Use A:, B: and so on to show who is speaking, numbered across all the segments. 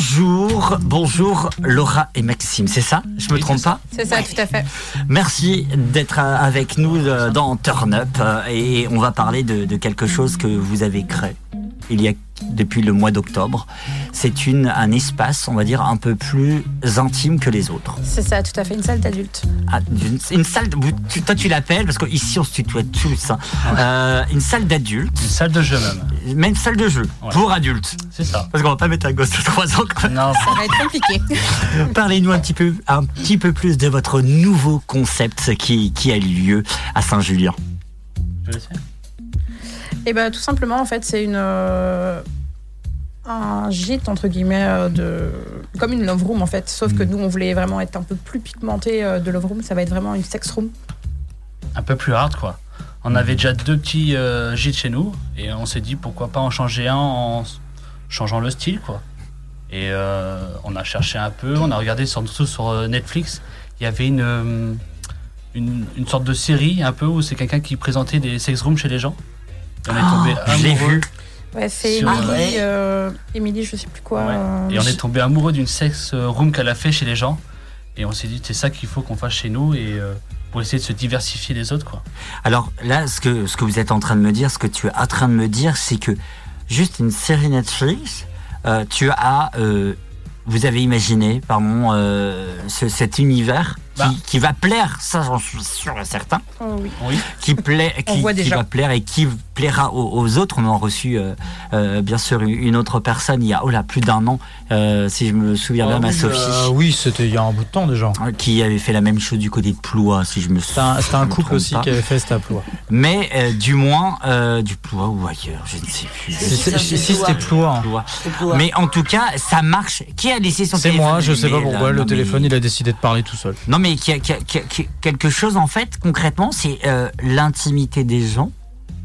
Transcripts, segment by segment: A: Bonjour, bonjour Laura et Maxime, c'est ça Je me trompe pas
B: C'est ça, tout à fait.
A: Merci d'être euh, avec nous euh, dans Turn Up euh, et on va parler de, de quelque chose que vous avez créé il y a depuis le mois d'octobre. C'est une un espace, on va dire, un peu plus intime que les autres.
B: C'est ça, tout à fait. Une salle d'adulte.
A: Ah, d'une- une salle, de- vous- tu- toi tu l'appelles parce qu'ici on se tutoie tous. hein. Euh, une salle d'adultes,
C: Une salle de jeu même,
A: même salle de jeu
C: Ouais.
A: pour adultes.
C: c'est ça.
A: Parce qu'on va pas mettre un gosse de 3 ans quand même.
C: Non,
B: Ça va être compliqué.
A: Parlez-nous un petit peu, un petit peu plus de votre nouveau concept qui, qui a lieu à Saint-Julien.
C: je laisse faire.
B: Et ben tout simplement, en fait, c'est une. euh, un gîte, entre guillemets, euh, de. Comme une love room, en fait. Sauf
C: Mm.
B: que nous, on voulait vraiment être un peu plus pigmenté euh, de love room. Ça va être vraiment une sex room.
C: Un peu plus hard quoi. On
A: Mm.
C: avait déjà deux petits euh, gîtes chez nous et on s'est dit pourquoi pas en changer un en s- changeant le style quoi. Et euh, on a cherché un peu, on a regardé surtout sur euh, Netflix, il y avait une, euh, une, une sorte de série un peu où c'est quelqu'un qui présentait des sex rooms chez les gens. Et on est tombé
A: Oh, je l'ai
C: amoureux.
A: vu.
B: Ouais, c'est
C: Sur-
B: Émilie.
A: Ah ouais.
B: euh, Émilie, je sais plus quoi.
C: Ouais.
B: euh,
C: Et on est tombé amoureux d'une sex euh, room qu'elle a fait chez les gens. Et on s'est dit, c'est ça qu'il faut qu'on fasse chez nous et euh, pour essayer de se diversifier des autres. quoi.
A: Alors là, ce que, ce que vous êtes en train de me dire, ce que tu es en train de me dire, c'est que juste une série Netflix, euh, tu as, euh, vous avez imaginé, pardon, euh, ce- cet univers qui,
C: Bah.
A: qui va plaire, ça j'en suis sûr et certain,
B: oh oui.
C: Oui,
A: qui plaît,
B: On
A: qui,
B: voit
A: qui
B: déjà.
A: va plaire et qui plaira aux, aux autres. On a reçu euh, euh, bien sûr une autre personne il y a oh là plus d'un an, euh, si je me souviens bien,
D: Ah
A: ma
B: Oh,
D: oui,
A: Sophie.
D: euh, oui, c'était il y a un bout de temps déjà.
A: hein, qui avait fait la même chose du côté de Ploua, si je me
D: C'était
A: souviens.
D: un, c'était un
A: je me
D: couple
A: trompe
D: aussi
A: pas.
D: qui avait fait cet aploie.
A: Mais euh, du moins, euh, du Ploua ou ailleurs, je ne sais plus.
D: Si
A: Je sais plus.
D: si c'était ploie. hein.
A: Ploua. Mais en tout cas, ça marche. Qui a laissé son
D: C'est
A: téléphone
D: moi, je sais pas
A: allumé, là
D: pourquoi,
A: Non,
D: le
A: mais-
D: téléphone il a décidé de parler tout seul.
A: Non, mais qui a- qui a- qui a- qui a- quelque chose, en fait, concrètement, c'est euh, l'intimité des gens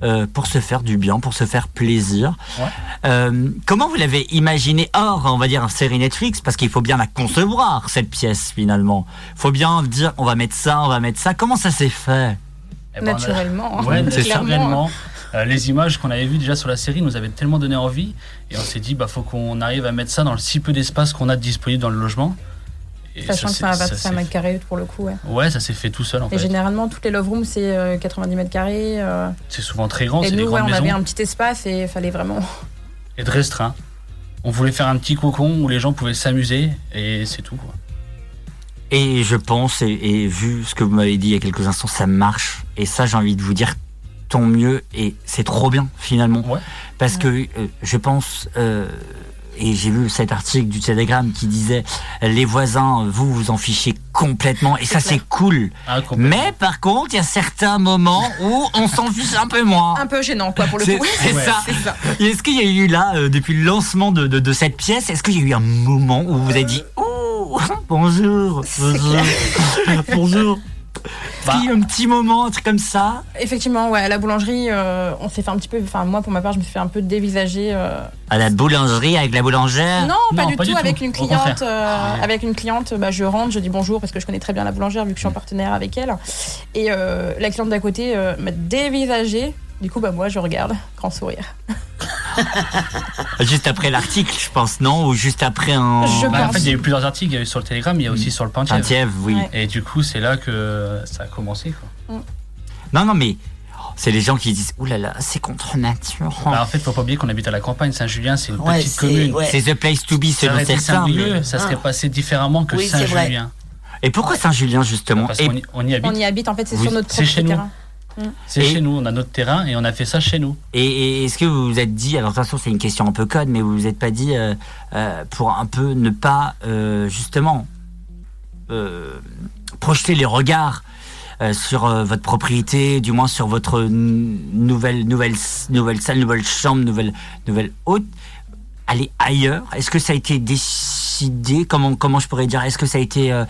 A: euh, pour se faire du bien, pour se faire plaisir.
C: Ouais.
A: Euh, comment vous l'avez imaginé hors, on va dire, série Netflix Parce qu'il faut bien la concevoir, cette pièce, finalement. faut bien dire, on va mettre ça, on va mettre ça. Comment ça s'est fait
C: Eh ben, on a-
B: Naturellement. hein.
C: Ouais,
B: Clairement.
C: naturellement. Euh, les images qu'on avait vues déjà sur la série nous avaient tellement donné envie. Et on s'est dit, bah faut qu'on arrive à mettre ça dans le si peu d'espace qu'on a disponible dans le logement. Et
B: Sachant que
C: s'est-
B: c'est un 25
C: s'est-
B: mètres carrés pour le coup. Ouais.
C: Ouais, ça s'est fait tout seul en
B: Et
C: fait.
B: généralement, toutes les love rooms, c'est euh, 90 mètres carrés. euh,
C: C'est souvent très grand,
B: et
C: c'est des
B: nous, ouais,
C: grandes
B: on
C: maisons.
B: avait un petit espace et il fallait vraiment.
C: Et de restreint. On voulait faire un petit cocon où les gens pouvaient s'amuser et c'est tout. Quoi.
A: Et je pense, et, et vu ce que vous m'avez dit il y a quelques instants, ça marche. Et ça, j'ai envie de vous dire, tant mieux. Et c'est trop bien, finalement.
C: Ouais.
A: Parce que euh, je pense, euh, et j'ai vu cet article du Telegram qui disait, les voisins, vous vous en fichez complètement. Et ça,
B: clair.
A: c'est cool.
C: Ah, complètement.
A: Mais par contre, il y a certains moments où on s'en fiche un peu moins.
C: Ah.
B: Un peu gênant, quoi, pour le
A: C'est
B: coup.
A: c'est
C: Ouais.
A: ça.
B: C'est ça.
A: Et Est-ce qu'il y a eu là, euh, depuis le lancement de, de- de cette pièce, est-ce qu'il y a eu un moment où vous avez dit
B: Euh,
A: Oh Bonjour Bonjour Bonjour
C: Bah.
A: Est-ce qu'il y a eu Un petit moment, un truc comme ça
B: Effectivement, ouais, à la boulangerie, euh, on s'est fait un petit peu. Enfin, moi, pour ma part, je me suis fait un peu dévisager. euh,
A: À la boulangerie avec la boulangère
B: Non,
C: Ah.
B: pas
C: non,
B: du
C: pas
B: tout.
C: du
B: avec
C: tout,
B: une
C: au contraire. Ah,
B: cliente, euh, avec une cliente, bah, je rentre, je dis bonjour parce que je connais très bien la boulangère vu que je suis
C: Mm.
B: en partenaire avec elle. Et euh, la cliente d'à côté euh, m'a dévisagé. Du coup, bah moi, je regarde, grand sourire.
A: Juste après l'article, je pense, non Ou juste après un.
B: Je
C: Bah, en
B: pense.
C: fait, il y a eu plusieurs articles. Il y a eu sur le Telegram, il y a aussi sur le
A: Un
C: Pentièvre.
A: Tièvre, oui.
B: Ouais.
C: Et du coup, c'est là que ça a commencé. Quoi.
A: Non, non, mais. oh, C'est les gens qui disent Ouh là là, c'est contre nature. Oh.
C: Bah, en fait, faut pas oublier qu'on habite à la campagne. Saint-Julien, c'est une
E: Ouais,
C: petite
E: c'est-
C: commune.
E: ouais.
A: C'est the place to be
C: Ça
A: selon
C: aurait été
A: certains.
C: Saint-Brieuc,
A: mais-
C: ça serait
E: Ah.
C: passé différemment que
E: Oui, c'est vrai.
C: Saint-Julien.
A: Et pourquoi Saint-Julien justement
C: Parce
A: Et
C: qu'on y, on y
B: On
C: habite.
B: y habite, en fait, c'est
C: Oui,
B: sur notre
C: c'est
B: propre
C: chez nous.
B: terrain.
C: C'est
A: Et-
C: chez nous, on a notre terrain et on a fait ça chez nous.
A: Et, et est-ce que vous vous êtes dit, alors de toute façon c'est une question un peu code, mais vous vous êtes pas dit euh, euh, pour un peu ne pas euh, justement euh, projeter les regards euh, sur euh, votre propriété, du moins sur votre n- nouvelle nouvelle nouvelle salle, nouvelle chambre, nouvelle nouvelle hôte, aller ailleurs. Est-ce que ça a été décidé Comment comment je pourrais dire Est-ce que ça a été euh,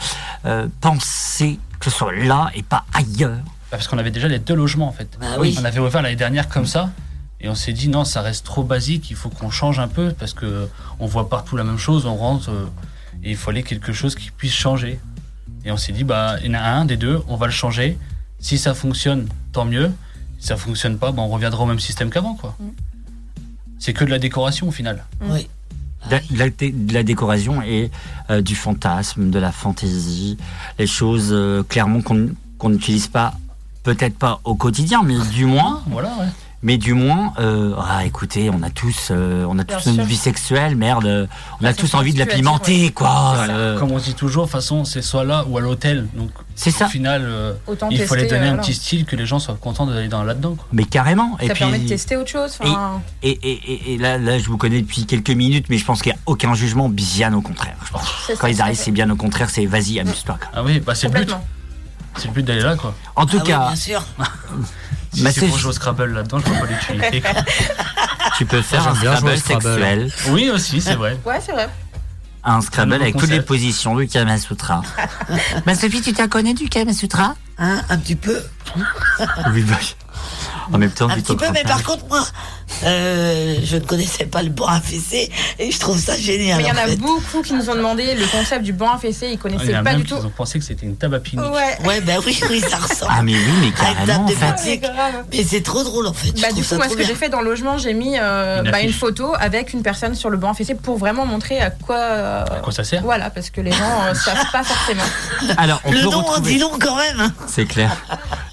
A: euh, pensé que ce soit là et pas ailleurs
C: Bah, Parce qu'on avait déjà les deux logements en fait.
E: Bah oui.
C: On avait ouvert l'année dernière comme ça et on s'est dit non, ça reste trop basique, il faut qu'on change un peu parce que on voit partout la même chose, on rentre euh, et il fallait quelque chose qui puisse changer. Et on s'est dit bah il y en a un des deux, on va le changer. Si ça fonctionne, tant mieux. Si ça fonctionne pas, bah, on reviendra au même système qu'avant quoi. C'est que de la décoration au final.
E: Oui.
A: de la- de la, dé- de la décoration et euh, du fantasme, de la fantaisie, les choses euh, clairement qu'on qu'on n'utilise pas, peut-être pas au quotidien, mais du moins,
C: Voilà, ouais.
A: mais du moins, euh, ah, écoutez, on a tous, euh, on a
B: Bien
A: tous une
B: sûr. Ah,
A: vie sexuelle, merde, euh, on a
B: c'est
A: tous
B: ce
A: envie
B: que
A: de la
B: tu as dit,
A: pimenter, quoi. euh,
C: Comme on dit toujours, de toute façon, c'est soit là ou à l'hôtel. Donc,
A: C'est
C: au
A: ça,
C: final, euh,
B: Autant
C: il
B: tester.
C: fallait donner
B: euh,
C: un
B: voilà.
C: petit style que les gens soient contents d'aller dans là-dedans. quoi.
A: mais carrément.
B: Ça
A: et puis,
B: permet de tester autre chose. enfin,
A: et, et- et- et là, là, je vous connais depuis quelques minutes, mais je pense qu'il n'y a aucun jugement, bien au contraire. Je pense.
B: c'est
A: Quand
B: ça,
A: ils arrivent,
B: tout à
A: c'est bien au contraire, c'est vas-y, amuse-toi. quoi.
C: Ah oui, bah c'est
B: fait.
C: le but.
B: Complètement.
C: C'est le but d'aller là, quoi.
A: En tout
E: Ah oui,
A: cas,
E: bien sûr.
C: Si
A: Bah,
C: c'est
A: c'est-
C: pour jouer au Scrabble là-dedans, je vois pas l'utilité. quoi.
A: tu peux faire
D: j'aime
A: un
D: bien jouer
A: Scrabble
D: au Scrabble.
A: sexuel.
C: oui, aussi, c'est vrai.
B: Ouais, c'est vrai.
A: un Scrabble
C: Un nouveau
A: avec toutes les
C: concept.
A: positions du Kama Sutra. bah Sophie, tu t'en connais du Kama Sutra
E: Hein, un petit peu.
A: Oui, bah. En même temps,
E: Un
A: vu ton
E: petit peu, mais
A: grand-père.
E: par contre, moi, euh, je ne connaissais pas le banc à fessé et je trouve ça génial.
B: Mais il y en
E: en
B: a
E: fait.
B: beaucoup qui nous ont demandé le concept du banc à fessé, ils
C: Il y en
B: connaissaient
C: a
B: pas
C: même
B: du
C: qui
B: tout.
C: ont pensé que c'était une table à pique-nique.
B: Ouais.
E: Ouais, ben oui, oui, ça ressemble.
A: Ah, mais oui, mais
E: Ah, une
A: carrément, en
E: table de
A: fait.
E: fatigue. Mais c'est trop drôle en fait. Je
B: hein. Bah,
E: trouve
B: du
E: ça
B: coup, moi,
E: trop
B: ce que
E: bien.
B: j'ai fait dans le logement, j'ai mis euh,
C: Une
B: bah, une
C: affiche.
B: photo avec une personne sur le banc à fessé pour vraiment montrer à quoi. euh,
C: À quoi ça sert
B: Voilà, parce que les gens euh, savent pas forcément.
A: Alors, on
E: Le
A: peut
E: nom en dit
A: retrouver.
E: long quand même. hein.
A: C'est clair.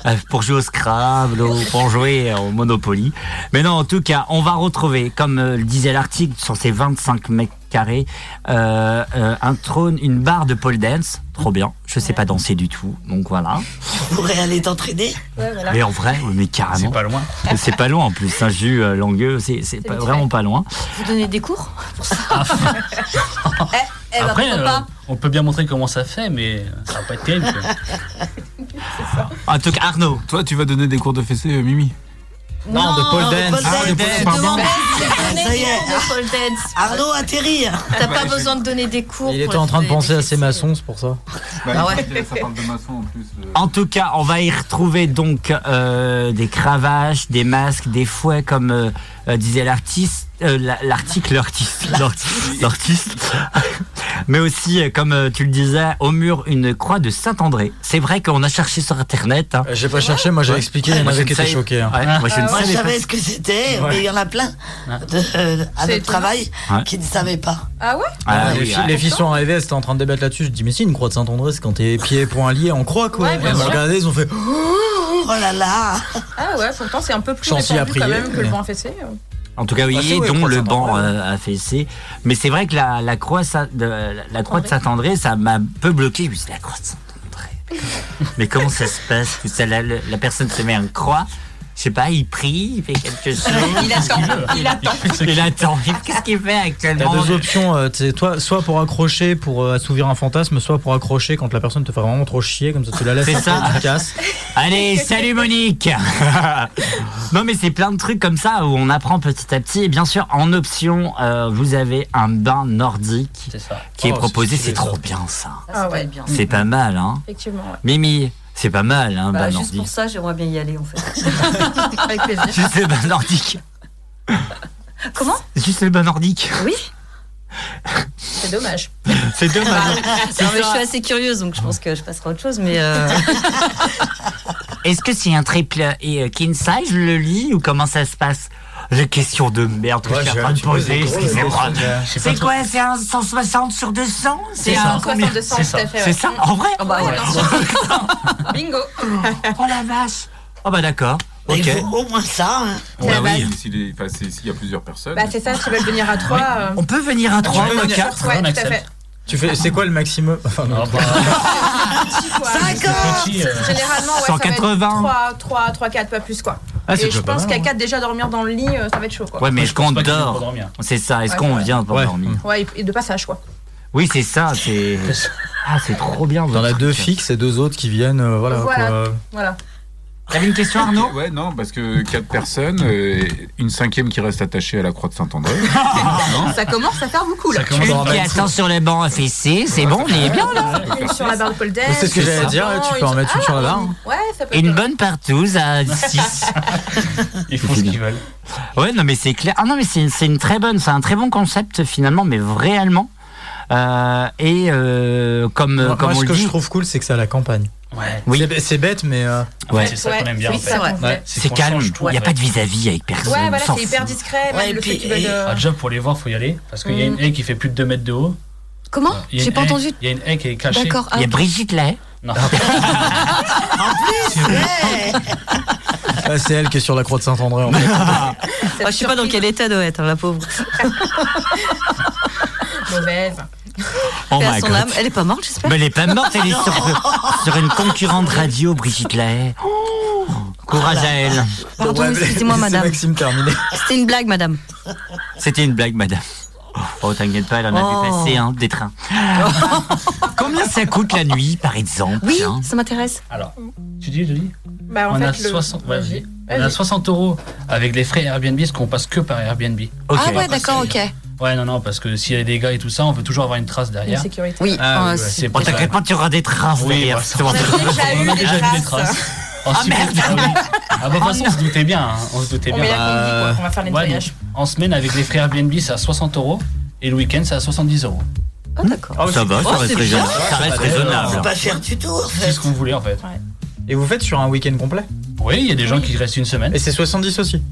A: Euh, Pour jouer au Scrabble, ou pour jouer euh, au Monopoly. Mais non, en tout cas, on va retrouver, comme euh, le disait l'article, sur ces 25 mètres carrés, euh, euh, un trône, une barre de pole dance. Trop bien. Je sais pas danser du tout, donc voilà.
E: Tu pourrais aller t'entraîner.
B: Ouais, voilà.
A: Mais en vrai, oui, mais
C: C'est
A: carrément.
C: pas loin.
B: Eh
A: Et C'est pas loin en plus, Saint-Jus, euh, Langueux, c'est c'est pas-
B: vite
A: vraiment pas loin.
F: Vous donnez des cours
B: Eh ben,
C: Après,
B: pourquoi
C: euh,
B: pas
C: on peut bien montrer comment ça fait, mais ça va pas être terrible. quoi.
A: En tout cas, Arnaud,
G: Toi, tu vas donner des cours de fessée, euh, Mimi.
D: Non, de pole dance.
E: Paul
G: Ah,
E: Dance.
G: de Paul
E: Je
G: Pardon.
E: demandais- Ça y est,
F: pole dance.
E: Arnaud hein. atterrit.
F: T'as pas besoin de donner des cours.
D: Il était
F: pour
D: en train de
F: faire
D: penser
F: des
D: à ses
F: festivals.
D: maçons, c'est pour ça.
G: Bah,
E: ouais.
F: Ah
G: il dit, Ça parle de maçon en plus. euh.
A: En tout cas, on va y retrouver donc euh, des cravaches, des masques, des fouets, comme euh, euh, disait l'artiste, euh, la- l'article, l'artiste, l'art- l'artiste. Mais aussi, euh, comme euh, tu le disais, au mur une croix de Saint André. C'est vrai qu'on a cherché sur internet. hein.
D: Euh, J'ai pas cherché, Ah, moi j'ai expliqué, il y en
A: Moi, je
D: avait
A: ne
D: qui étaient
A: savais-
D: choqués. hein.
A: Ouais, Ah, moi, je ne
E: Moi, je
A: savais pas.
E: savais ce que c'était, mais il y en a plein de, euh, à
B: C'est
E: notre
B: étonnant.
E: travail
A: Ouais.
E: qui ne savaient pas.
B: Ah ouais
A: Ah,
D: Euh, les,
A: oui,
D: filles,
A: ouais.
D: les filles sont arrivées, elles étaient en train de débattre là-dessus. Je dis, mais si, une croix de Saint-André, c'est quand tes pieds et poings liés en croix, quoi.
B: Ouais,
D: Elles
B: bien
D: ont
B: sûr.
D: regardé, elles ont fait.
E: Oh là là
B: Ah ouais, pourtant c'est un peu plus
D: Chancy
B: répandu
D: à prier,
B: quand même que le
D: mais-
B: banc euh, à fessé.
A: En tout cas, oui,
D: Ah, c'est
A: et
D: vrai,
A: dont
D: croix de
A: le banc
D: Saint-André.
A: euh, a fessé. Mais c'est vrai que la, la croix, Sa- de, la, la croix de Saint-André, ça m'a un peu bloqué. Je me suis dit, la croix de Saint-André. Mais comment ça se passe que ça, la, la personne se met en croix Je sais pas, il prie, il fait quelque chose.
B: Il attend, il attend.
A: Il attend. Qu'est-ce qu'il fait
D: T'as
A: actuellement
D: deux options, euh, t'sais, toi, soit pour accrocher, pour euh, assouvir un fantasme, soit pour accrocher quand la personne te fait vraiment trop chier, comme ça tu la laisses,
A: C'est
D: après,
A: ça.
D: tu te casses.
A: Allez, salut Monique Non mais c'est plein de trucs comme ça où on apprend petit à petit. Et bien sûr, en option, euh, vous avez un bain nordique
C: C'est ça.
A: qui
C: Oh,
A: est proposé.
C: stylé,
A: C'est trop bien ça.
F: Ah,
B: Ah
F: ça doit
B: ouais.
F: être bien.
A: C'est pas mal, hein
B: Effectivement, ouais.
A: Mimi, c'est pas mal, hein,
F: Bah,
A: Ban
F: juste pour
A: nordique.
F: ça, j'aimerais bien y aller en fait. Avec plaisir.
A: Juste le ban nordique.
F: Comment
A: Juste le ban nordique.
F: Oui.
B: C'est dommage.
A: C'est dommage.
F: Non, mais je suis assez curieuse, donc je pense que je passerai à autre chose. Mais euh,
A: Est-ce que c'est un triple et euh, Kinsai, je le lis, ou comment ça se passe Les questions de merde que
D: Ouais,
A: je suis
D: j'ai
A: en train
D: un
A: de
D: petit peu
A: poser,
D: des gros,
A: excusez-moi.
C: ça. Je sais pas
A: C'est
C: trop.
A: quoi C'est un 160 sur 200 C'est
B: C'est
A: un
B: un
A: combien
B: 60 de
C: C'est
B: Oh, sens, tout
C: ça.
B: à fait.
A: C'est
B: ouais.
A: ça En vrai
F: ah bah, ouais.
B: Bingo
A: Oh la vache Oh bah d'accord.
E: Bah,
A: Ok.
E: Il faut au moins ça. hein.
A: Bon, bah
B: la
A: oui.
G: Si- S'il est- enfin, c'est- s'il y a plusieurs personnes.
B: Bah c'est ça, s'ils veulent venir à trois. euh,
A: On peut venir à 3 ou à 4
B: Ouais,
C: On
B: tout à
C: accepte.
B: fait.
D: Tu fais, c'est quoi le maximum Enfin, non.
C: Ah bah,
B: Petit, quoi.
C: c'est petit, euh,
B: Généralement, ouais,
A: 180.
B: 3, 3, 3, 4, pas plus quoi.
D: Ah,
B: Et
D: c'est
B: je
D: déjà pas
B: pense
D: mal,
B: qu'à 4, déjà dormir dans le lit, euh, ça va être chaud quoi.
A: Ouais, mais
C: je
A: est-ce
C: pense
A: qu'on
C: pas qu'il faut pour
A: dort
C: dormir.
A: C'est ça, est-ce
B: Ouais,
A: qu'on
B: ouais.
A: vient pour
D: Ouais.
A: dormir
B: Ouais, et de passage quoi.
A: Oui, c'est ça, c'est. Ah, c'est trop bien.
D: T'en
A: votre
D: as deux
A: truc.
D: fixes et deux autres qui viennent, euh, voilà.
B: Voilà.
D: quoi.
B: Voilà.
A: T'avais une question, Arnaud
G: Ouais, non, parce que quatre personnes, euh, une cinquième qui reste attachée à la croix de Saint-André.
B: Ça commence à faire beaucoup là.
C: Ça commence
A: Une
C: à
A: qui attend sur les bancs à fessé, c'est bon, on est bien là.
B: Une sur la barre de Paul Dance,
D: C'est ce que
B: une
D: j'allais
B: sur
D: dire,
B: le banc,
D: tu peux
B: une
D: en
B: sur-
D: mettre une sur la barre.
B: Ouais, ça peut
A: Et Une
B: être-
A: bonne partouze à 6.
C: Ils font ce qu'ils veulent.
A: Ouais, non, mais c'est clair. Ah non, mais c'est c'est une très bonne, c'est un très bon concept finalement, mais réellement. Euh, et euh, comme,
D: Moi,
A: comme
D: moi,
A: on
D: ce
A: le
D: que
A: dit,
D: je trouve cool, c'est que c'est à la campagne.
C: Ouais.
A: Oui.
D: C'est b- C'est bête, mais euh,
A: Ouais.
C: C'est ça qu'on aime bien.
B: Oui,
C: en fait.
B: c'est vrai.
F: Ouais.
B: Ouais,
A: c'est
C: qu'on
A: calme.
C: change tout,
A: Il n'y a
C: en
A: pas
C: fait.
A: de vis-à-vis avec personne. on
B: voilà,
A: s'en
B: c'est hyper
A: fout.
B: discret.
E: Ouais,
B: même le fait
E: et puis-
B: qu'il va
E: et-
B: de-
C: Ah, déjà, pour les voir, faut y aller. Parce qu'il y a
B: Mm.
C: une haie qui fait plus de 2 mètres de haut.
F: Comment
C: Il y a
F: J'ai
C: une
F: pas
C: haie-
F: entendu.
C: Il y a une haie qui est cachée.
F: D'accord.
A: Il y a
F: ah.
A: Brigitte Lay.
C: Non.
E: Ouais.
D: là, c'est elle qui est sur la croix de Saint-André. En fait.
F: Ah, je sais pas dans quel état doit être hein, la pauvre.
B: mauvaise.
A: Oh
F: Paix à
A: my
F: son
A: God.
F: âme. Elle est pas morte, j'espère.
A: Mais elle est pas morte, elle est sur, sur une concurrente radio, Brigitte Lay.
F: Oh.
D: Ah,
A: Courage
D: bah.
A: à elle.
F: Pardon,
D: Ouais, mais-
F: excusez-moi,
D: c'est
F: madame.
D: Maxime terminé.
F: C'était une blague, madame.
A: C'était une blague, madame. Oh, t'inquiète pas, elle en a vu
F: Oh.
A: passer hein, des trains. Combien ça coûte la nuit, par exemple
F: Oui,
A: hein
F: ça m'intéresse.
C: Alors, tu dis, je dis
B: Bah, Mm. en
C: On
B: fait,
C: a
B: le-
C: 60 ouais,
B: Vas-y.
C: vas-y. On a
B: Vas-y.
C: 60 euros avec les frais Airbnb, ce qu'on passe que par Airbnb.
A: Ok.
F: Ah ouais, d'accord, ok.
C: c'est- Ouais, non, non, parce que s'il y a des gars et tout ça, on veut toujours avoir une trace
B: Une
C: derrière.
B: sécurité.
F: Oui,
D: Ah oui,
F: euh,
D: ouais,
F: c'est-
C: c'est
A: Oh,
C: pour ça.
A: t'inquiète pas, tu auras des traces
C: Oui,
A: derrière.
C: bah, ça-
A: c'est bon.
B: On a déjà eu
C: On a
B: des
C: déjà eu des
B: traces. Oh,
C: traces. En
A: Ah,
C: semaine-
A: merde.
C: Ah oui. Ah, bah, de toute façon, on se doutait bien. hein, On se doutait
B: On met
C: bien.
B: la combi, quoi. On va faire les
C: Ouais,
B: nettoyages.
C: donc, en semaine, avec les frais Airbnb, c'est à 60 euros. Et le week-end, c'est à 70 euros.
F: Ah, d'accord.
A: Ça va, ça
F: Oh,
A: reste
F: c'est
A: raisonnable. Ça reste
C: Ouais,
E: C'est
A: raisonnable.
E: pas cher du tout, en
C: C'est
E: fait.
C: ce qu'on voulait en fait.
D: Et vous faites sur un week-end complet
C: Oui, il y a des gens qui restent une semaine.
D: Et c'est 70 aussi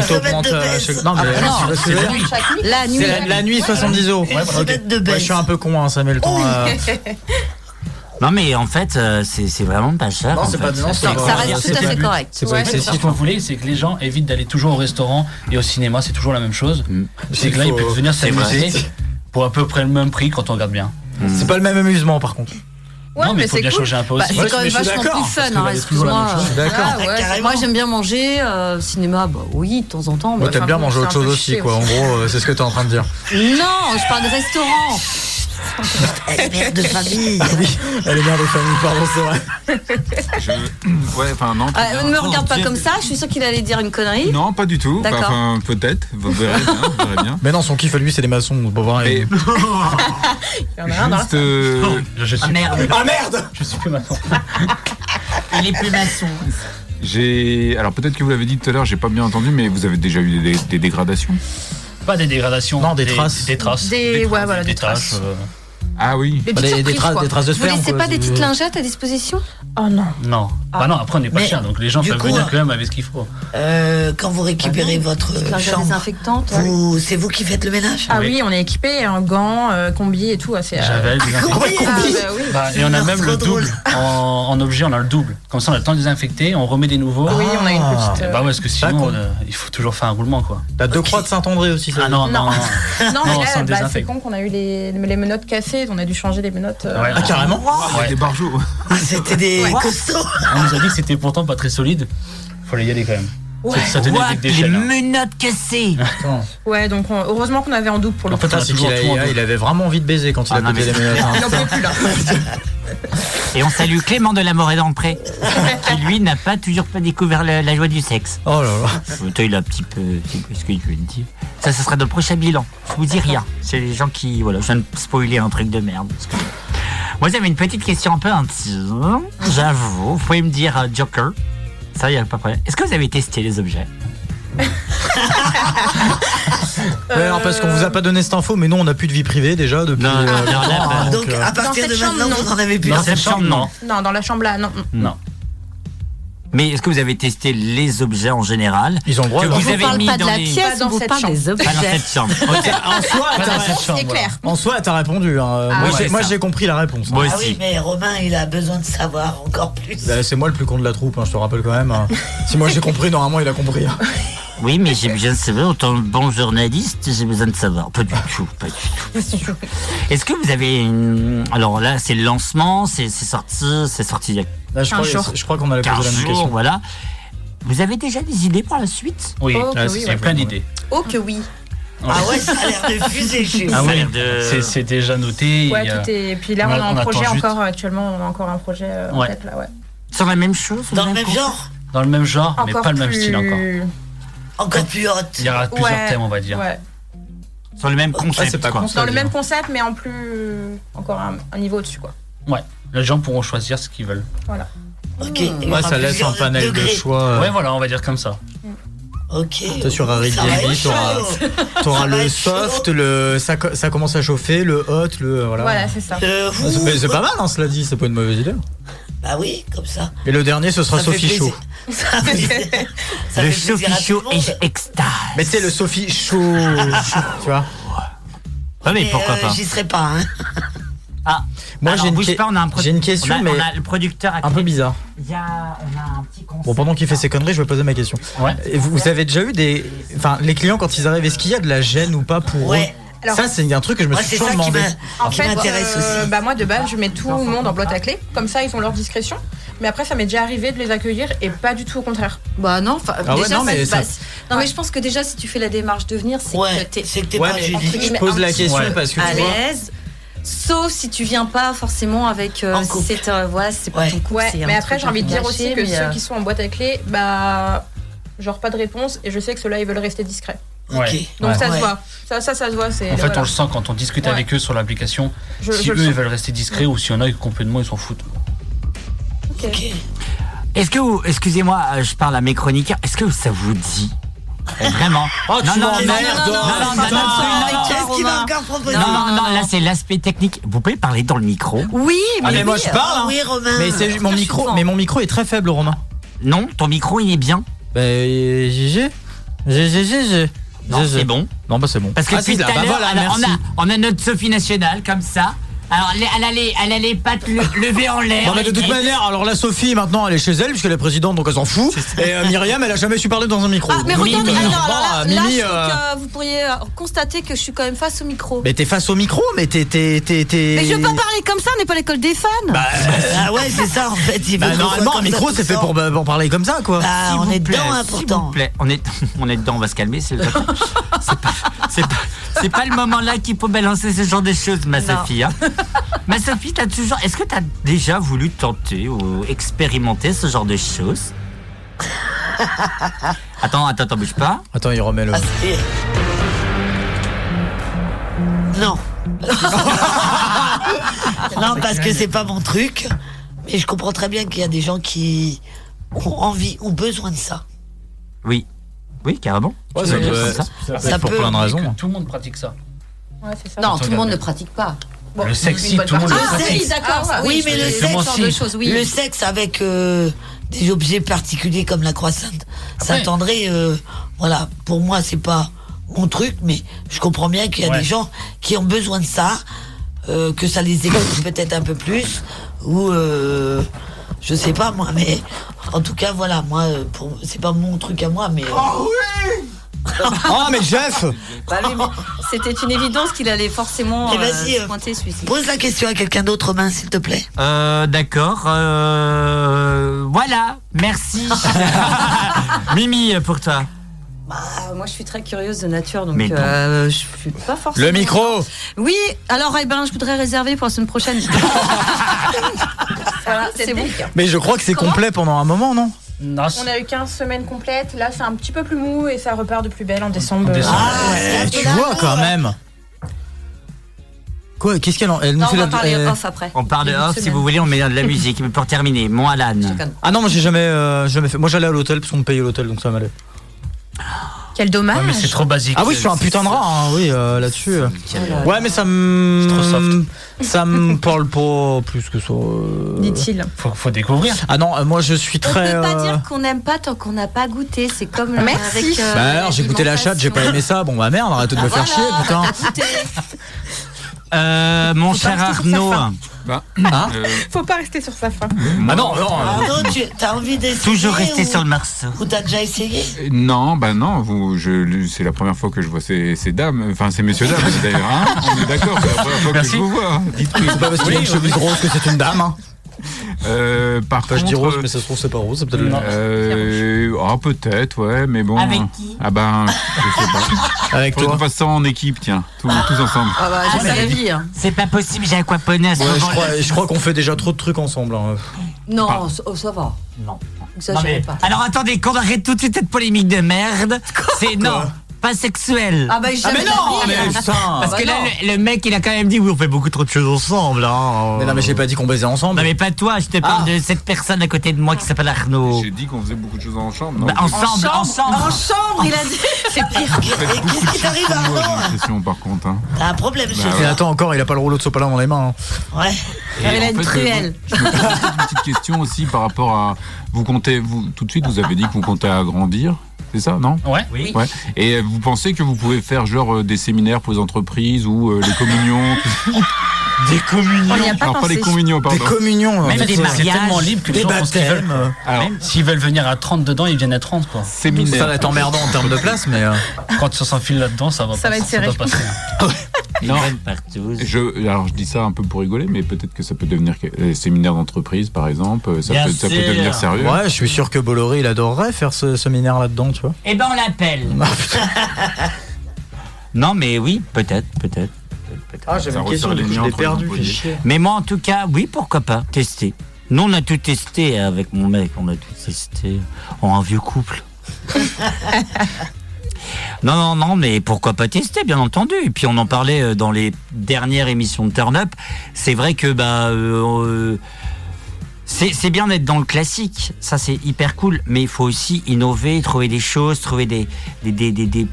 D: Ou
E: semaine
D: t'augmentes
E: de
D: euh,
E: baisse.
D: chaque- Non, mais
C: Ah,
D: tu
C: non,
D: vois ce que je veux dire
B: Chaque nuit.
F: La nuit.
D: C'est la, la nuit 70 euros.
E: Une semaine de
D: Ouais, je
E: baisse.
D: suis un peu con, hein, ça met le temps. à-
A: Non, mais en fait, euh, c'est c'est vraiment pas cher. en
D: Non, c'est
A: fait.
D: pas non, c'est
F: Ça
D: pas-
F: reste
D: c'est
F: tout à
D: pas
F: fait
D: but.
F: correct.
D: C'est pas
B: Ouais,
C: C'est ce
D: excessif.
C: qu'on voulait, c'est que les gens évitent d'aller toujours au restaurant et au cinéma, c'est toujours la même chose.
A: Mm.
C: C'est que là, ils
D: Faut-
C: peuvent venir s'amuser
D: vrai.
C: pour à peu près le même prix quand on regarde bien.
D: C'est pas le même amusement par contre.
F: Ouais,
C: non, mais,
F: mais
C: faut
F: c'est
C: bien
F: cool.
C: changer un peu
F: Bah,
C: aussi.
F: c'est quand
D: mais
F: même
D: je suis
F: vachement
D: d'accord,
F: plus
D: parce
F: fun,
C: que
F: hein,
C: là, il y a toujours la même
F: excuse-moi.
C: chose. Je suis
D: d'accord.
F: Ah ouais, c'est-
E: Carrément.
F: moi j'aime bien manger, euh, cinéma, bah oui, de temps en temps.
D: Moi
F: mais
D: t'aimes
F: enfin
D: bien
F: bon,
D: manger
F: c'est
D: autre
F: un peu
D: chose aussi
F: chier
D: quoi. En gros, euh, c'est ce que t'es en train de dire.
F: Non, je parle de restaurant.
E: Eh, mère de famille.
D: Oui, elle est bien de famille, pardon, c'est vrai.
G: Je- Ouais, enfin, non.
F: Ah, ne me regarde pas comme ça,
G: ça.
F: je suis sûre qu'il allait dire une connerie.
G: Non, pas du tout. Bah,
F: D'accord.
G: Enfin, peut-être. Vous verrez bien. Vous verrez bien.
D: Mais non, son kiff à lui, c'est les maçons. on peut voir.
B: Il
G: Mais
B: y en a un dans la
G: juste, euh,
C: Je, je
A: Ah
C: suis,
A: merde,
D: Ah merde
C: je suis plus maçon.
A: il est plus maçon.
G: j'ai. Alors, peut-être que vous l'avez dit tout à l'heure, j'ai pas bien entendu, mais vous avez déjà eu des, des dégradations.
C: Pas des dégradations.
D: Non, des traces.
C: Des traces.
B: Des- ouais, voilà, des
C: taches.
B: traces.
C: euh,
G: Ah oui.
F: Des petites surprises, quoi.
D: traces de
F: Vous laissez pas des petites lingettes à disposition
B: Oh non.
C: non.
B: Ah.
C: Bah non, après, on n'est pas
E: Mais,
C: cher, donc les gens
E: du
C: peuvent
E: coup,
C: venir
E: euh,
C: quand même avec ce qu'il faut.
E: Euh, quand vous récupérez votre
F: Des lingettes
E: chambre,
F: désinfectantes.
E: vous- c'est vous qui faites le ménage
B: Ah
C: Oui.
B: oui, on est équipé, un gant, euh, combi et tout. C'est, euh,
C: J'avais des
E: Ah,
C: infections.
B: Ah,
E: oui.
B: bah oui.
C: Bah, et on a
E: Non,
C: même
E: trop
C: le
E: drôle.
C: double. En, en objet, on a le double. Comme ça, on a le temps de désinfecter, on remet des nouveaux.
B: Oui, on a une
D: Ah.
B: petite. euh,
C: Bah ouais, parce que
D: Pas
C: sinon,
D: con.
C: euh, il faut toujours faire un roulement, quoi.
D: T'as deux croix de Saint-André aussi, ça.
C: Ah non, non, non.
B: Non. Non,
C: Non,
B: mais
C: ça
B: là,
C: me
B: bah, c'est
C: désinfecte.
B: con qu'on a eu les, les menottes cassées, on a dû changer les menottes. euh,
C: Ouais,
D: Ah, carrément
G: Il y a
C: Ouais.
G: des barjots.
E: Ah, C'était des costauds.
C: On nous a dit que c'était pourtant pas très solide. Fallait y aller quand même. Ça- Ça tenait
A: What
C: avec des
A: Les
C: chaînes. hein.
A: menottes cassées
B: Ouais, donc on- heureusement qu'on avait en double pour le
C: En fait,
B: coup.
C: on a
D: C'est qu'il
C: toujours
D: a-
C: tout en
D: il avait vraiment envie de baiser quand il
A: Ah
D: a
A: non,
D: pété
A: mais
D: les
A: c'est
D: menottes.
B: Il en peut plus là.
A: Et on salue Clément de la Morée d'Empré, qui lui n'a pas toujours pas découvert la, la joie du sexe.
D: Oh là là.
A: Toi, Il a un petit peu. Qu'est-ce qu'il veut dire Ça, ça sera dans le prochain bilan. Je vous dis rien. C'est les gens qui. Voilà, je viens de spoiler un truc de merde. Moi, j'avais une petite question un peu intime. J'avoue. Vous pouvez me dire euh, Joker Ça, il n'y a pas de problème. Est-ce que vous avez testé les objets
B: Euh,
D: Ouais, alors parce qu'on vous a pas donné cette info, mais nous on a plus de vie privée déjà depuis.
A: Non, non,
D: euh,
A: non, là, bah,
E: Donc,
D: euh,
E: à partir
B: cette
E: de
B: chambre,
E: maintenant,
B: non.
E: vous en avez plus. Ah,
A: Dans
C: Non,
A: cette chambre, non.
B: Euh, Non, dans la chambre là, non.
C: Non.
A: Mais est-ce que vous avez testé les objets en général
D: Ils ont le droit.
A: Que
D: là.
A: vous
F: On vous
A: avez
F: parle
A: mis
F: pas de
A: dans
F: la
A: les-
F: pièce,
B: Pas
F: on
B: dans
F: vous
B: cette
F: parle
B: chambre.
F: des objets.
A: Pas dans cette chambre. Ok.
D: En soi,
C: Pas
D: t'as-
C: dans cette chambre.
B: C'est
C: voilà.
B: clair.
D: en soi, t'as répondu. hein.
B: Ah,
D: moi,
A: ouais,
D: j'ai- moi,
A: ça.
D: j'ai compris la réponse. hein.
A: Moi
E: Ah oui,
A: aussi.
E: mais Romain, il a besoin de savoir encore plus.
D: Bah, c'est moi le plus con de la troupe, hein, je te rappelle quand même. hein. si moi j'ai compris, normalement il a compris. hein.
A: Oui, mais j'ai besoin de savoir, en tant que bon journaliste, j'ai besoin de savoir. Pas du tout, pas du tout. pas du tout. Est-ce que vous avez une... Alors là, c'est le lancement, c'est c'est sorti, c'est sorti il y a
D: Là, je,
B: Un
D: crois,
B: jour.
D: je crois qu'on a la cause
A: 15
D: de la même
A: jours,
D: question.
A: voilà. Vous avez déjà des idées pour la suite
C: Oui,
B: Oh, que
C: Ah,
B: oui,
C: il y
B: ouais.
C: a plein d'idées.
F: Oh que oui.
E: Ah ouais, ça a l'air de fuser chez vous.
C: Ah
A: Ça a
C: oui,
A: l'air de-
C: c'est- c'est déjà noté. il
B: Ouais,
C: y a-
B: tout est. Puis là,
C: euh, on
B: on
C: a-
B: a un
C: on attend
B: projet
C: juste.
B: encore. Actuellement, on a encore un projet euh, en
C: Ouais.
B: tête là, ouais.
A: Sur la même chose ou
E: Dans le
A: même
E: même
A: con-
E: genre,
C: Dans le même genre, mais
B: Encore
C: pas le même
B: plus-
C: style encore.
E: encore plus haute.
C: Il y aura plusieurs
B: Ouais,
C: thèmes, on va dire.
B: Ouais.
A: Sur le même
D: Ah,
A: concept,
D: c'est pas
A: quoi.
D: con,
B: Dans
D: ça,
B: le
D: déjà.
B: même concept, mais en plus. Encore un, un niveau au-dessus, quoi.
C: Les gens pourront choisir ce qu'ils veulent.
E: Ok. il y
D: Ouais,
E: aura
D: ça laisse un
E: plusieurs
D: panel de
E: degrés.
D: choix. euh,
C: Ouais, voilà, on va dire comme ça.
E: Ok.
D: Toi, sur Airbnb,
E: tu
D: t'auras- T'auras
E: Ça va
D: le
E: être chaud.
D: soft, le ça, co- ça commence à chauffer, le hot, le
C: Bah
D: voilà.
B: Voilà, c'est ça.
D: Ah, c'est- mais c'est pas mal, hein, cela dit, c'est pas une mauvaise idée.
E: Euh, Bah oui, comme ça.
D: Et le dernier, ce sera
E: Ça fait
D: Sophie
E: plaisir.
D: Chaud.
E: Ça fait ça
A: Le
E: fait plaisir à
A: Sophie Show
E: tout le monde.
A: est extase.
D: Mais tu sais, le Sophie Chaud, tu vois.
A: Ouais, mais pourquoi
E: euh,
A: pas Ah,
E: J'y serais pas. Hein.
D: Moi,
A: Alors,
D: j'ai une,
A: bouge
D: que-
A: pas, on a un
D: j'ai
A: produit.
D: une question,
A: on a,
D: mais
A: on a le producteur à
D: un peu
A: côté.
D: bizarre.
A: Il y a, on a un petit conseil.
D: Bon, pendant qu'il fait ses conneries, je vais poser ma question.
C: Ouais.
D: Et Vous, vous avez déjà eu des. Enfin, les clients, quand ils arrivent, est-ce qu'il y a de la gêne ou pas pour
E: Ouais.
D: eux
B: Alors-
D: Ça, c'est un truc que je me
E: Moi,
D: suis
E: c'est
D: toujours
E: ça qui
D: demandé.
E: m'a-
B: En
E: qui
B: fait,
E: m'intéresse
B: euh,
E: aussi.
B: bah moi de base, je mets tout le monde en boîte à clé. Comme ça, ils ont leur discrétion. Mais après, ça m'est déjà arrivé de les accueillir et pas du tout au contraire.
F: Bah non, enfin,
D: Ah ouais,
F: déjà,
D: non,
F: ça
D: mais
F: se
D: ça-
F: passe. Non, mais je pense que déjà, si tu fais la démarche de venir, c'est
E: Ouais,
F: que t'es
E: c'est que t'es
D: Ouais,
E: pas
D: mais-
E: Julie.
D: Je pose la question
C: Ouais.
D: parce que
F: à
D: tu vois.
F: l'aise. Sauf si tu viens pas forcément avec. euh,
E: En
F: si
E: couple.
F: c'est euh, voilà, si c'est pas
E: Ouais.
F: ton couple.
B: Ouais,
F: c'est un
B: mais après,
F: truc
B: j'ai envie de dire
F: caché,
B: aussi que
F: mais,
B: ceux
F: euh,
B: qui sont en boîte à clé, bah. Genre pas de réponse et je sais que ceux-là ils veulent rester discrets.
C: Ouais.
B: Donc
C: Ouais.
B: ça se
E: Ouais.
B: voit. Ça, ça, ça se voit. c'est-
C: En fait,
B: voilà.
C: on le sent quand on discute
B: Ouais.
C: avec eux sur l'application.
B: Je-
C: si
B: je
C: eux
B: le
C: ils
B: sens.
C: veulent rester discrets ou s'il y en a qui complètement ils s'en foutent.
E: Ok. Ok.
A: Est-ce que vous, excusez-moi, euh, je parle à mes chroniqueurs, est-ce que ça vous dit Euh, Vraiment
D: Oh, tu
A: non, non, non,
D: m'emmerdes,
A: non, non,
D: oh,
A: non,
D: putain.
A: non, non, non, non,
E: Ah, Qu'est-ce qu'il
F: Romain.
E: va encore proposer
A: Non, non, non, là c'est l'aspect technique. Vous pouvez parler dans le micro
F: Oui, mais,
D: Ah, mais moi, je parle, hein.
E: Oui, Romain.
D: Mais c'est juste- mon
F: Je suis
D: micro,
F: souvent.
D: mais mon micro est très faible, Romain.
A: Non, ton micro il est bien.
D: Bah, euh, GG. GG, GG.
A: Non, c'est bon.
D: Non, bah, c'est bon.
A: Parce que
D: Ah,
A: depuis
D: si,
A: tout
D: là,
A: à
D: bah,
A: l'heure,
D: voilà,
A: alors, on,
D: merci.
A: a, on a notre Sophie nationale comme ça. Alors elle, elle a les, elle a les pattes le- levées en l'air.
D: Non mais bah, de toute
A: Et-
D: manière, alors la Sophie maintenant elle est chez elle puisqu'elle est présidente donc elle s'en fout. Et euh, Myriam elle a jamais su parler dans un micro.
F: Ah, mais
A: Mimi,
F: regardez,
A: Mimi.
F: alors,
D: Bon,
F: là,
D: euh,
F: là,
D: Mimi,
F: je trouve
D: euh,
F: que vous pourriez euh, constater que je suis quand même face au micro. Mais,
D: Mais t'es face au micro, mais t'es t'es t'es t'es.
F: je veux pas parler comme ça, on n'est pas à l'école des fans.
E: Ah ouais, c'est ça en fait. Il veut
D: Bah,
E: qu'on
D: normalement
E: soit
D: un
E: comme ça
D: micro
E: tout
D: c'est fait
E: le
D: pour,
E: temps.
D: bah, pour parler comme ça quoi.
E: Bah,
A: S'il
E: on
A: vous
E: est
A: plaît,
E: dedans,
A: s'il vous
E: important.
A: plaît. On est, on est dedans, on va se calmer. C'est c'est pas, c'est pas, c'est pas le moment là qu'il faut balancer ce genre de choses, ma
F: Non.
A: Sophie. hein. Ma Sophie, t'as toujours. Est-ce que t'as déjà voulu tenter ou expérimenter ce genre de choses Attends, attends, attends, bouge pas.
D: Attends il remet le.
E: Ah, c'est- Non. non, parce que c'est pas mon truc. Mais je comprends très bien qu'il y a des gens qui ont envie, ont besoin de ça.
A: Oui. Oui, carrément.
D: Ouais,
A: Tu
D: ça
A: veux dire
D: peut-
A: comme ça
E: Ça
D: pour
E: peut-
D: plein de
C: Et
D: raisons.
C: que tout le monde pratique ça.
B: Ouais, c'est ça.
F: Non, tout le monde
C: regardez.
F: ne pratique pas.
B: Bon,
C: Le sexy,
B: une bonne
C: tout le monde
B: partie.
C: le
E: Ah,
C: pratique.
E: oui,
B: d'accord, ça,
F: oui,
E: oui,
F: mais
E: mais
F: le
E: le
F: ce genre
E: sexe,
F: de choses, oui.
E: Le sexe avec euh, des objets particuliers comme la croissante, ça
C: Après-
E: tendrait. euh, voilà, pour moi, c'est pas mon truc, mais je comprends bien qu'il y a
C: Ouais.
E: des gens qui ont besoin de ça, euh, que ça les excite peut-être un peu plus, ou euh, je sais pas moi, mais en tout cas, voilà, moi, euh, pour- c'est pas mon truc à moi, mais. euh,
D: Oh mais Jeff
F: Bah oui, mais C'était une évidence qu'il allait forcément
E: Mais
F: euh,
E: vas-y,
F: se
E: euh,
F: pointer celui-ci.
E: Pose la question à quelqu'un d'autre, Romain, s'il te plaît.
A: Euh, d'accord. euh, voilà. Merci. Mimi, pour toi.
F: Ah, moi, je suis très curieuse de nature, donc
A: Mais non.
F: euh, je suis pas forcément.
D: Le micro
F: Oui, alors, eh ben, je voudrais réserver pour la semaine prochaine.
B: Voilà,
F: C'est
B: c'est
F: bon.
B: bon.
D: Mais je crois que c'est
F: Comment
D: complet pendant un moment non
C: Non,
B: On a eu 15 semaines complètes. Là, c'est un petit peu plus mou et ça repart de plus belle en décembre.
C: décembre.
B: Ah,
D: Eh, Tu vois quand même Quoi Qu'est-ce qu'elle en- elle nous
F: Non,
D: fait
F: on va
D: la-
F: parler
D: euh,
F: off après.
A: On parle de
B: Début de
A: off, si
B: semaine.
A: vous voulez, on met de la musique. Mais pour terminer, moi, Alan.
D: Ah non moi j'ai jamais euh, jamais fait. Moi j'allais à l'hôtel parce qu'on me payait l'hôtel donc ça m'allait.
B: Quel
C: Ouais, mais c'est
B: dommage.
C: trop basique.
D: Ah oui je suis un putain de rat hein, oui euh, là-dessus. euh.
F: Oh
D: Ouais, mais ça me.
C: C'est trop soft.
D: Ça me parle pas plus que ça. euh.
B: Dit-il.
C: Faut, faut découvrir.
D: Ah non, euh, moi je suis
F: On
D: très.
F: peut pas
D: euh,
F: dire qu'on n'aime pas tant qu'on n'a pas goûté. C'est comme euh,
B: Merci.
F: avec. euh, Ah,
D: Bah alors, j'ai goûté la chatte, j'ai pas aimé ça. Bon bah merde, arrêtez de me faire chier, putain.
A: Euh, mon cher Arnaud,
D: Hein
G: Euh,
B: Faut pas rester sur sa faim.
D: ah non, non. euh,
E: Arnaud, tu as envie d'essayer
A: toujours rester
E: ou-
A: sur le morceau.
E: Ou t'as déjà essayé
G: Euh, Non, bah non, vous, je, c'est la première fois que je vois ces, ces dames, enfin ces messieurs dames d'ailleurs, hein on est d'accord, c'est la première fois
C: Merci.
G: que je vous vois. Dites-le.
D: C'est pas parce qu'il a une chemise rose que c'est une dame. Hein.
G: Euh, par
D: Enfin, je dis
G: contre,
D: rose, mais ça se trouve c'est pas rose, c'est peut-être le
C: Non.
G: euh, ah, peut-être, ouais, mais bon.
A: Avec qui
G: Ah ben, je sais pas.
D: Avec
G: Faut qu'on
D: toi.
G: fasse ça en équipe, tiens, tous, tous ensemble.
F: Ah bah,
A: Ah,
F: j'ai pas
A: mais-
F: la vie. hein.
A: C'est pas possible, j'ai aquaponé à ce
D: Ouais, je
A: moment-là.
D: crois, je crois qu'on fait déjà trop de trucs ensemble. hein.
F: Non,
A: Pardon.
F: ça- oh, ça va.
A: Non.
F: Exagérez
A: mais-
F: pas.
A: Alors attendez, qu'on arrête tout de suite cette polémique de merde. C'est non. pas sexuelle.
F: Ah bah jamais
H: mais
F: de la
H: non,
F: vie.
H: mais putain.
A: Parce
F: bah
A: que là,
F: non.
A: le, le mec, il a quand même dit, oui, on fait beaucoup trop de choses ensemble. hein.
H: Mais non, mais j'ai pas dit qu'on baisait ensemble.
A: Non, mais pas toi, je te parle
H: Ah.
A: de cette personne à côté de moi qui s'appelle Arnaud.
G: J'ai dit qu'on faisait beaucoup de choses en chambre. non
A: Bah,
G: Vous
A: ensemble, ensemble.
F: En chambre, il a dit. C'est pire.
G: faites
E: Et
G: beaucoup
E: qu'est-ce
G: de
E: qui
G: choses
E: t'arrive,
G: sans moi, j'ai
E: Arnaud
G: l'impression, par contre. hein.
E: T'as un problème,
G: Bah,
E: chez
D: ah
G: ouais.
H: Et
E: toi.
H: attends, encore, il a pas le rouleau de sopalin dans les mains. hein.
E: Ouais.
F: Elle est
G: en fait,
F: cruelle.
G: euh, Je me pose peut-être une petite question aussi par rapport à. Vous comptez. Vous, tout de suite, vous avez dit que vous comptez agrandir. C'est ça, non
C: Ouais.
G: Ouais. Et euh, vous pensez que vous pouvez faire genre euh, des séminaires pour les entreprises ou euh, les communions tout ça
H: Des communions.
B: On n'y a pas
G: Alors, pas
B: pensé.
G: les communions,
H: Des
G: pardon.
H: communions.
A: Même
H: hein.
A: des
H: C'est- hein.
C: C'est
A: mariages.
C: tellement libre que
H: Des
C: les gens font ce qu'ils veulent. quoi.
H: baptêmes.
G: Alors,
C: S'ils veulent venir à 30 dedans, ils viennent à 30 quoi.
H: Ça va
G: séminaires.
H: être emmerdant en termes de place, mais. euh,
C: Quand on s'enfile là-dedans, ça va
B: Ça
C: pas
B: va être serré.
C: doit hein. pas se faire.
G: Non.
A: Ils viennent partout.
G: Je, alors je dis ça un peu pour rigoler, mais peut-être que ça peut devenir que- euh, séminaire d'entreprise, par exemple. euh, Ça,
A: Bien
G: peut, ça peut
A: sûr.
G: devenir sérieux.
H: Ouais, je suis sûr que Bolloré, il adorerait faire ce séminaire là-dedans, tu vois.
A: Eh ben, on l'appelle. non, mais oui, peut-être, peut-être.
D: Ah,
G: j'avais une question, du coup, je l'ai perdue, fais chier.
A: Mais moi, en tout cas, oui, pourquoi pas tester. Nous, on a tout testé avec mon mec, on a tout testé en un vieux couple. non, non, non, mais pourquoi pas tester, bien entendu. Et puis, on en parlait euh, dans les dernières émissions de Turn Up. C'est vrai que, bah. euh, euh, c'est c'est bien d'être dans le classique, ça c'est hyper cool, mais il faut aussi innover, trouver des choses, trouver des, des, des, des- des-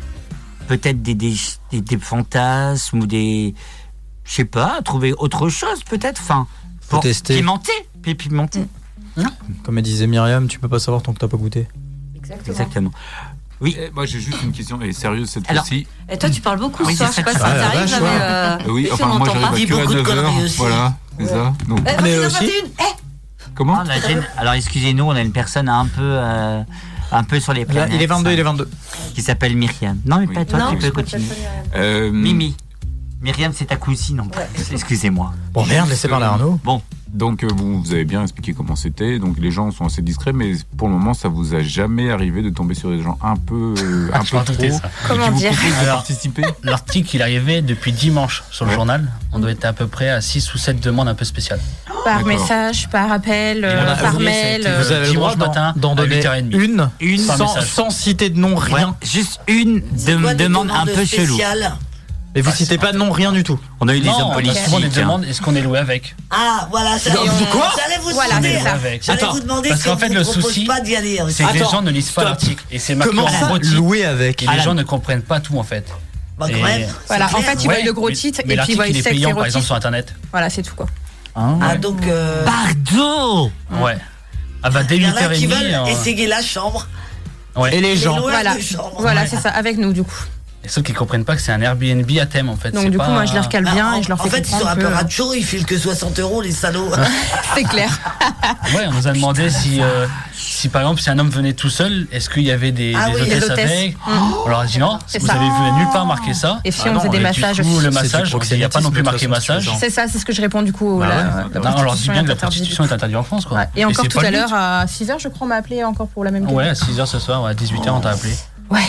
A: peut-être des, des, des- des fantasmes ou des, je sais pas, trouver autre chose peut-être, enfin,
H: Faut tester.
A: pimenter, pi- pimenter,
H: Comme elle disait Myriam, tu peux pas savoir tant que t'as pas goûté.
F: Exactement.
A: exactement.
G: Eh, moi j'ai juste une question, et sérieuse cette
A: Alors,
G: fois-ci.
F: Et toi, tu parles beaucoup
A: Oui,
F: ce soir. Je
A: c'est
F: sais pas si
A: ça
H: que- Ah, la
F: t'arrives,
H: vache,
F: mais.
H: ouais.
F: euh,
G: Euh, oui,
F: tu
G: enfin moi
F: m'entends pas.
G: j'arrive
E: Dis
G: à que à
E: beaucoup de
G: 9
E: conneries aussi.
G: h Voilà, c'est ça. Donc,
F: Eh,
H: Mais
F: 21,
H: aussi-
F: 21. Eh,
G: comment
A: Ah, là, j'ai une- alors excusez-nous, on a une personne un peu, euh, un peu sur les
H: Là,
A: planètes,
H: il est 22, il est 22.
A: qui s'appelle Myriam. Non mais
G: Oui.
A: pas toi,
F: Non,
A: tu
G: je
A: peux
G: crois
A: continuer.
G: Euh,
A: Mimi, Myriam c'est ta cousine, en plus. excusez-moi.
H: Bon, merde, laissez parler Arnaud.
A: Bon,
G: Donc euh, vous, vous avez bien expliqué comment c'était, donc les gens sont assez discrets, mais pour le moment ça vous a jamais arrivé de tomber sur des gens un peu, euh, un
C: Ah, Je m'en
G: peu trop,
C: doutais, ça.
B: Comment
G: qui vous
B: dire
G: proposent de
C: Alors.
G: participer
C: L'article, il arrivait depuis dimanche sur le
G: Ouais.
C: journal. On doit être à peu près à 6 ou 7 demandes un peu spéciales.
B: Par
G: D'accord.
B: message, par appel, euh,
C: on a
B: par
C: oublié,
B: mail.
C: ça a été-
B: euh,
H: Vous avez le droit
C: dimanche matin,
H: d'en- d'en
C: à
H: donner
C: 8h30.
H: une,
A: Une
H: sans,
C: message.
H: sans citer de nom, rien.
A: ouais, juste une
E: C'est quoi
A: de,
E: des
A: demande un
E: demandes
A: peu chelou.
E: spéciales
H: Mais vous citez pas de nom, rien du tout.
A: On a eu des
C: Non,
A: hommes
C: on a souvent des
A: politiques. hein.
C: demandes est-ce qu'on est loué avec
E: Ah, voilà. ça-
H: Donc,
E: on-
H: quoi
E: J'allais vous
B: Voilà,
E: demander.
B: c'est ça.
C: avec.
E: J'allais
H: Attends,
E: vous demander
C: parce
E: si
C: qu'en
E: on
C: fait,
E: vous
C: le
E: propose
C: souci,
E: pas d'y aller. hein.
C: C'est que les
H: Attends,
C: gens ne lisent pas
H: stop.
C: l'article. Et c'est marqué
H: Comment
C: en
H: ça
C: gros titre.
H: Loué avec.
C: Et
A: Ah,
C: les
A: là.
C: gens ne comprennent pas tout en fait.
E: Bah, quand
C: Et-
E: même.
B: Voilà,
E: c'est
B: en
E: clair.
B: fait, ils voient le gros
C: mais- mais
B: titre et puis ils
C: l'article,
B: voient
C: il est
B: sexe
C: payant par exemple
B: érotique.
C: sur internet.
B: euh, Voilà, c'est tout quoi.
E: Ah, donc. euh,
C: Bah,
A: Pardon
C: Ouais. Ah bah dès
E: Il y en a
C: 8h30.
E: qui veulent
C: euh,
E: essayer la chambre.
C: ouais.
H: Et les
E: Les
H: gens.
E: lois
B: Voilà,
E: de chambre.
B: voilà c'est ça, avec nous du coup.
C: Et ceux qui comprennent pas que c'est un Airbnb à thème en fait.
B: Donc
C: c'est
B: du coup,
C: pas-
B: moi je les recale
E: Bah,
B: bien
E: en,
B: et je leur
E: en
B: fais
E: fait, sur
B: comprendre
E: un
B: que-
E: peu Rancho, ils filent que 60 euros, les salauds.
B: C'est clair.
C: Ah Ouais, on nous a demandé si, euh, si par exemple, si un homme venait tout seul, est-ce qu'il y avait des,
E: Ah
C: des
E: oui,
C: hôtesses,
B: les hôtesses. Mmh.
C: avec On leur a dit non,
B: C'est
C: vous
B: ça.
C: avez vu nulle part marqué ça.
B: Et si
C: Ah
B: on
C: non,
B: faisait des
C: et du
B: massages
C: coup,
B: aussi.
H: C'est
C: le
H: du
C: massage, il n'y a pas non plus
H: proxénétisme, de
C: marqué
H: toute façon,
C: massage.
H: ce genre.
B: C'est Ah ça, c'est ce que je réponds du coup.
H: Bah
B: la-
H: ouais,
C: Non, on
B: la
C: leur dit
B: prostitution
C: bien que
B: est
C: la
B: interdite.
C: prostitution est interdite en France, quoi.
B: Ouais. Et encore
C: c'est
B: tout
C: pas
B: à
C: le but.
B: l'heure, à 6h, je crois, on m'a appelé encore pour la même
C: Ouais,
B: question.
C: à 6h ce soir, ouais, à 18h, on t'a appelé.
B: Ouais.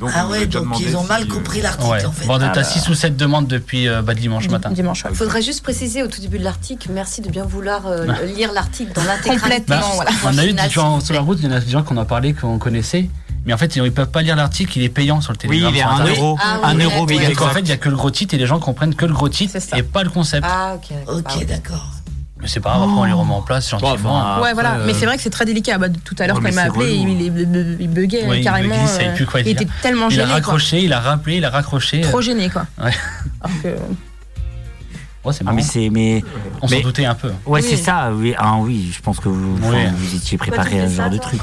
G: Donc,
E: Ah
G: on
E: ouais,
G: vous a
E: donc
G: demandé
E: ils ont
G: si,
E: mal
G: euh,
E: compris
C: Ouais,
E: l'article, en fait.
C: voire t'as 6 ou 7 demandes depuis euh, bah, dimanche
B: Dim-
C: matin.
B: Dimanche, ouais.
F: Faudrait juste préciser au tout début de l'article, merci de bien vouloir euh, lire l'article dans l'intégralité.
B: Complètement,
F: Au
B: voilà.
C: Ah. Bah, On a eu des
F: final,
C: gens
F: s'il
C: sur la
F: vous
C: route, il y en a des gens qu'on a parlé, qu'on connaissait, mais en fait, ils ne peuvent pas lire l'article, il est payant sur le
A: Oui,
C: télégramme.
A: il est
C: sur
A: à 1
C: Internet.
A: euro.
F: Ah, oui,
A: 1
F: oui,
A: euro,
F: oui,
A: mais
C: Il y
A: il
C: a-
A: est
C: qu'en fait, il n'y a que le gros titre et les gens comprennent que le gros titre
B: C'est ça.
C: et pas le
F: plaît.
C: concept.
F: Ah, ok. Bah,
E: Ok,
F: ouais.
E: d'accord.
C: Mais c'est pas grave, après on les remet en place gentiment.
B: ouais, voilà.
C: euh.
B: Mais c'est vrai que c'est très délicat. Bah, tout à l'heure,
G: Ouais,
B: quand
G: mais
B: il m'a
G: c'est
B: appelé,
G: relou,
B: il, il, il buguait
C: hein. Ouais, il
B: carrément.
C: buguait, il savait
B: euh,
C: plus quoi
B: il
C: dire.
B: était tellement
C: Il
B: gêné.
C: a
B: quoi.
C: raccroché, il a rappelé, il a raccroché.
B: Trop gêné, quoi.
C: Ouais.
B: Alors que-
C: Ouais, c'est
A: Ah,
C: marrant.
A: mais c'est. Mais...
C: On s'en
A: mais-
C: doutait un peu.
A: Ouais,
F: Oui.
A: c'est ça. Oui. Ah, oui, je pense que vous, enfin,
C: Oui.
A: vous étiez
F: Pourquoi tu
A: préparé à
F: fais
A: ce genre
F: ça,
A: de
F: toi
A: truc.